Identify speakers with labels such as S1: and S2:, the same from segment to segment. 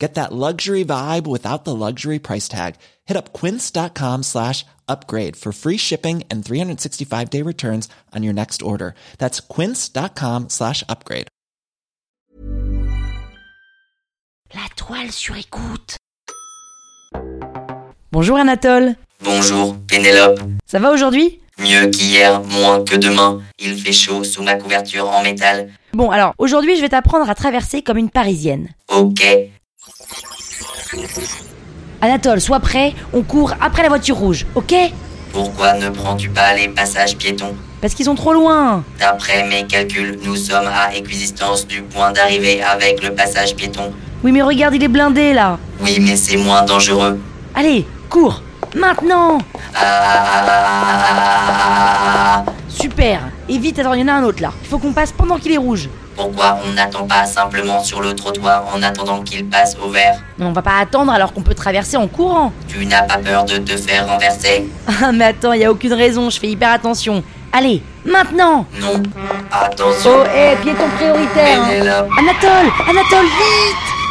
S1: Get that luxury vibe without the luxury price tag. Hit up quince.com slash upgrade for free shipping and 365 day returns on your next order. That's quince.com slash upgrade.
S2: La toile sur écoute. Bonjour Anatole,
S3: Bonjour, Pénélope.
S2: ça va aujourd'hui
S3: Mieux qu'hier, moins que demain. Il fait chaud sous ma couverture en métal.
S2: Bon alors, aujourd'hui je vais t'apprendre à traverser comme une Parisienne.
S3: Ok,
S2: Anatole, sois prêt, on court après la voiture rouge, ok
S3: pourquoi ne prends-tu pas les passages piétons
S2: Parce qu'ils sont trop loin.
S3: D'après mes calculs, nous sommes à équidistance du point d'arrivée avec le passage piéton.
S2: Oui mais regarde, il est blindé là.
S3: Oui, mais c'est moins dangereux.
S2: Allez, cours, maintenant
S3: Ah,
S2: Super, et vite, attends, il y en a un autre là. Il faut qu'on passe pendant qu'il est rouge.
S3: pourquoi on n'attend pas simplement sur le trottoir en attendant qu'il passe au vert
S2: Mais on va pas attendre alors qu'on peut traverser en courant.
S3: Tu n'as pas peur de te faire renverser
S2: Ah mais attends, il y a aucune raison, je fais hyper attention. Allez, maintenant
S3: Non. Attention,
S2: Oh, hé, piéton prioritaire hein.
S3: Pénélope.
S2: Anatole Anatole, vite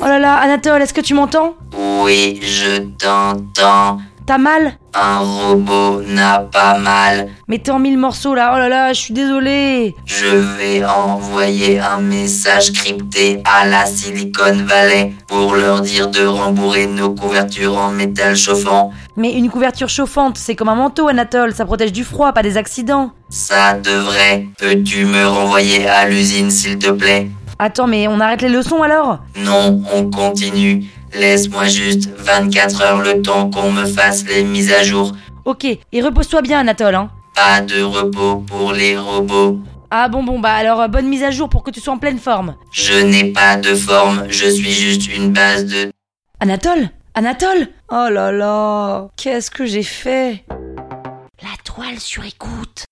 S2: Oh là là, Anatole, est-ce que tu m'entends
S3: Oui, je t'entends.
S2: T'as mal
S3: Un robot n'a pas mal.
S2: Mais t'es en mille morceaux là, oh là là, je suis désolée
S3: Je vais envoyer un message crypté à la Silicon Valley pour leur dire de rembourrer nos couvertures en métal chauffant.
S2: Mais une couverture chauffante, c'est comme un manteau, Anatole, ça protège du froid, pas des accidents.
S3: Ça devrait. Peux-tu me renvoyer à l'usine s'il te plaît
S2: Attends, mais on arrête les leçons alors
S3: Non, on continue. Laisse-moi juste 24 heures le temps qu'on me fasse les mises à jour.
S2: Ok, et repose-toi bien, Anatole, hein.
S3: Pas de repos pour les robots.
S2: Ah bon, bon, bah alors euh, bonne mise à jour pour que tu sois en pleine forme.
S3: Je n'ai pas de forme, je suis juste une base de...
S2: Anatole Anatole Oh là là, qu'est-ce que j'ai fait La toile sur écoute